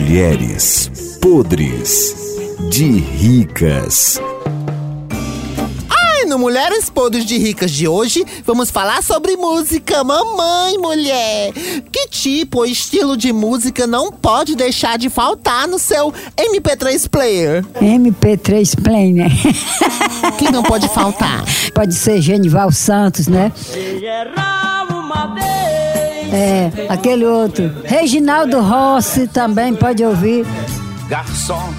Mulheres podres de ricas. E no Mulheres Podres de Ricas de hoje, vamos falar sobre música. Mamãe, mulher! Que tipo ou estilo de música não pode deixar de faltar no seu MP3 player? MP3 Play, né? Que não pode faltar? Pode ser Genival Santos, né? É, aquele outro. Reginaldo Rossi também pode ouvir. Garçom,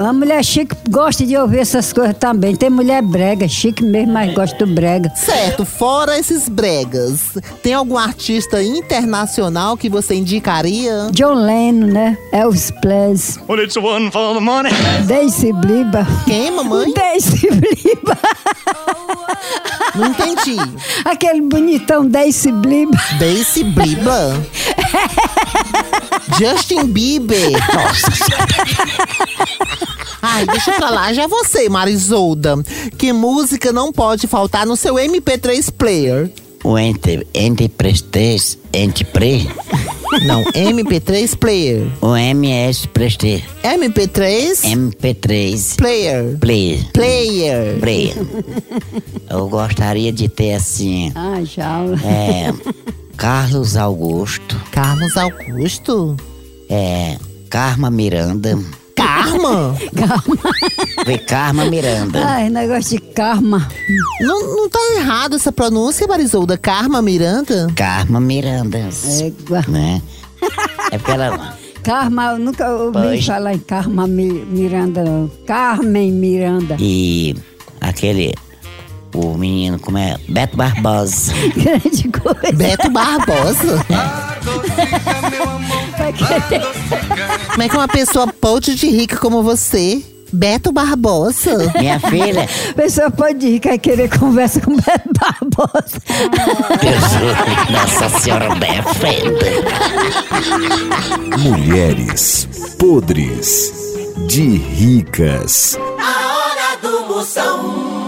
A mulher chique gosta de ouvir essas coisas também. Tem mulher brega, chique mesmo, mas gosta do brega. Certo, fora esses bregas, tem algum artista internacional que você indicaria? John Lennon, né? Elvis Presley, Well, it's one for the money. Daisy Bliba. Quem, mamãe? Daisy Bliba. Não entendi. Aquele bonitão Daisy Bliba. Daisy Biba? Justin Bieber? Nossa. Ai, deixa pra lá. Já você, Marisolda. Que música não pode faltar no seu MP3 player? O ente, ente prestes, ente pre, Não, MP3 player. o MS preste, MP3 MP3 player. play, Player. play. Eu gostaria de ter assim, Ah, já. é, Carlos Augusto, Carlos Augusto? é, Karma Miranda, Karma? foi Karma Miranda. Ai, Ah, negócio de karma. não, não tá errado essa pronúncia, Marisolda? Karma Miranda? Karma Miranda, Égua. né? É porque ela, Karma, eu nunca ouvi Pois. falar em Karma Mi- Miranda, não. Carmen Miranda. e aquele, o menino, como é, Beto Barbosa. Grande coisa. Beto Barbosa? Como é que uma pessoa podre de rica como você, Beto Barbosa? Minha filha, A pessoa pode ir, quer querer conversa com o Beto Barbosa. Deus, Nossa Senhora defenda. Mulheres podres de ricas. A hora do Moção.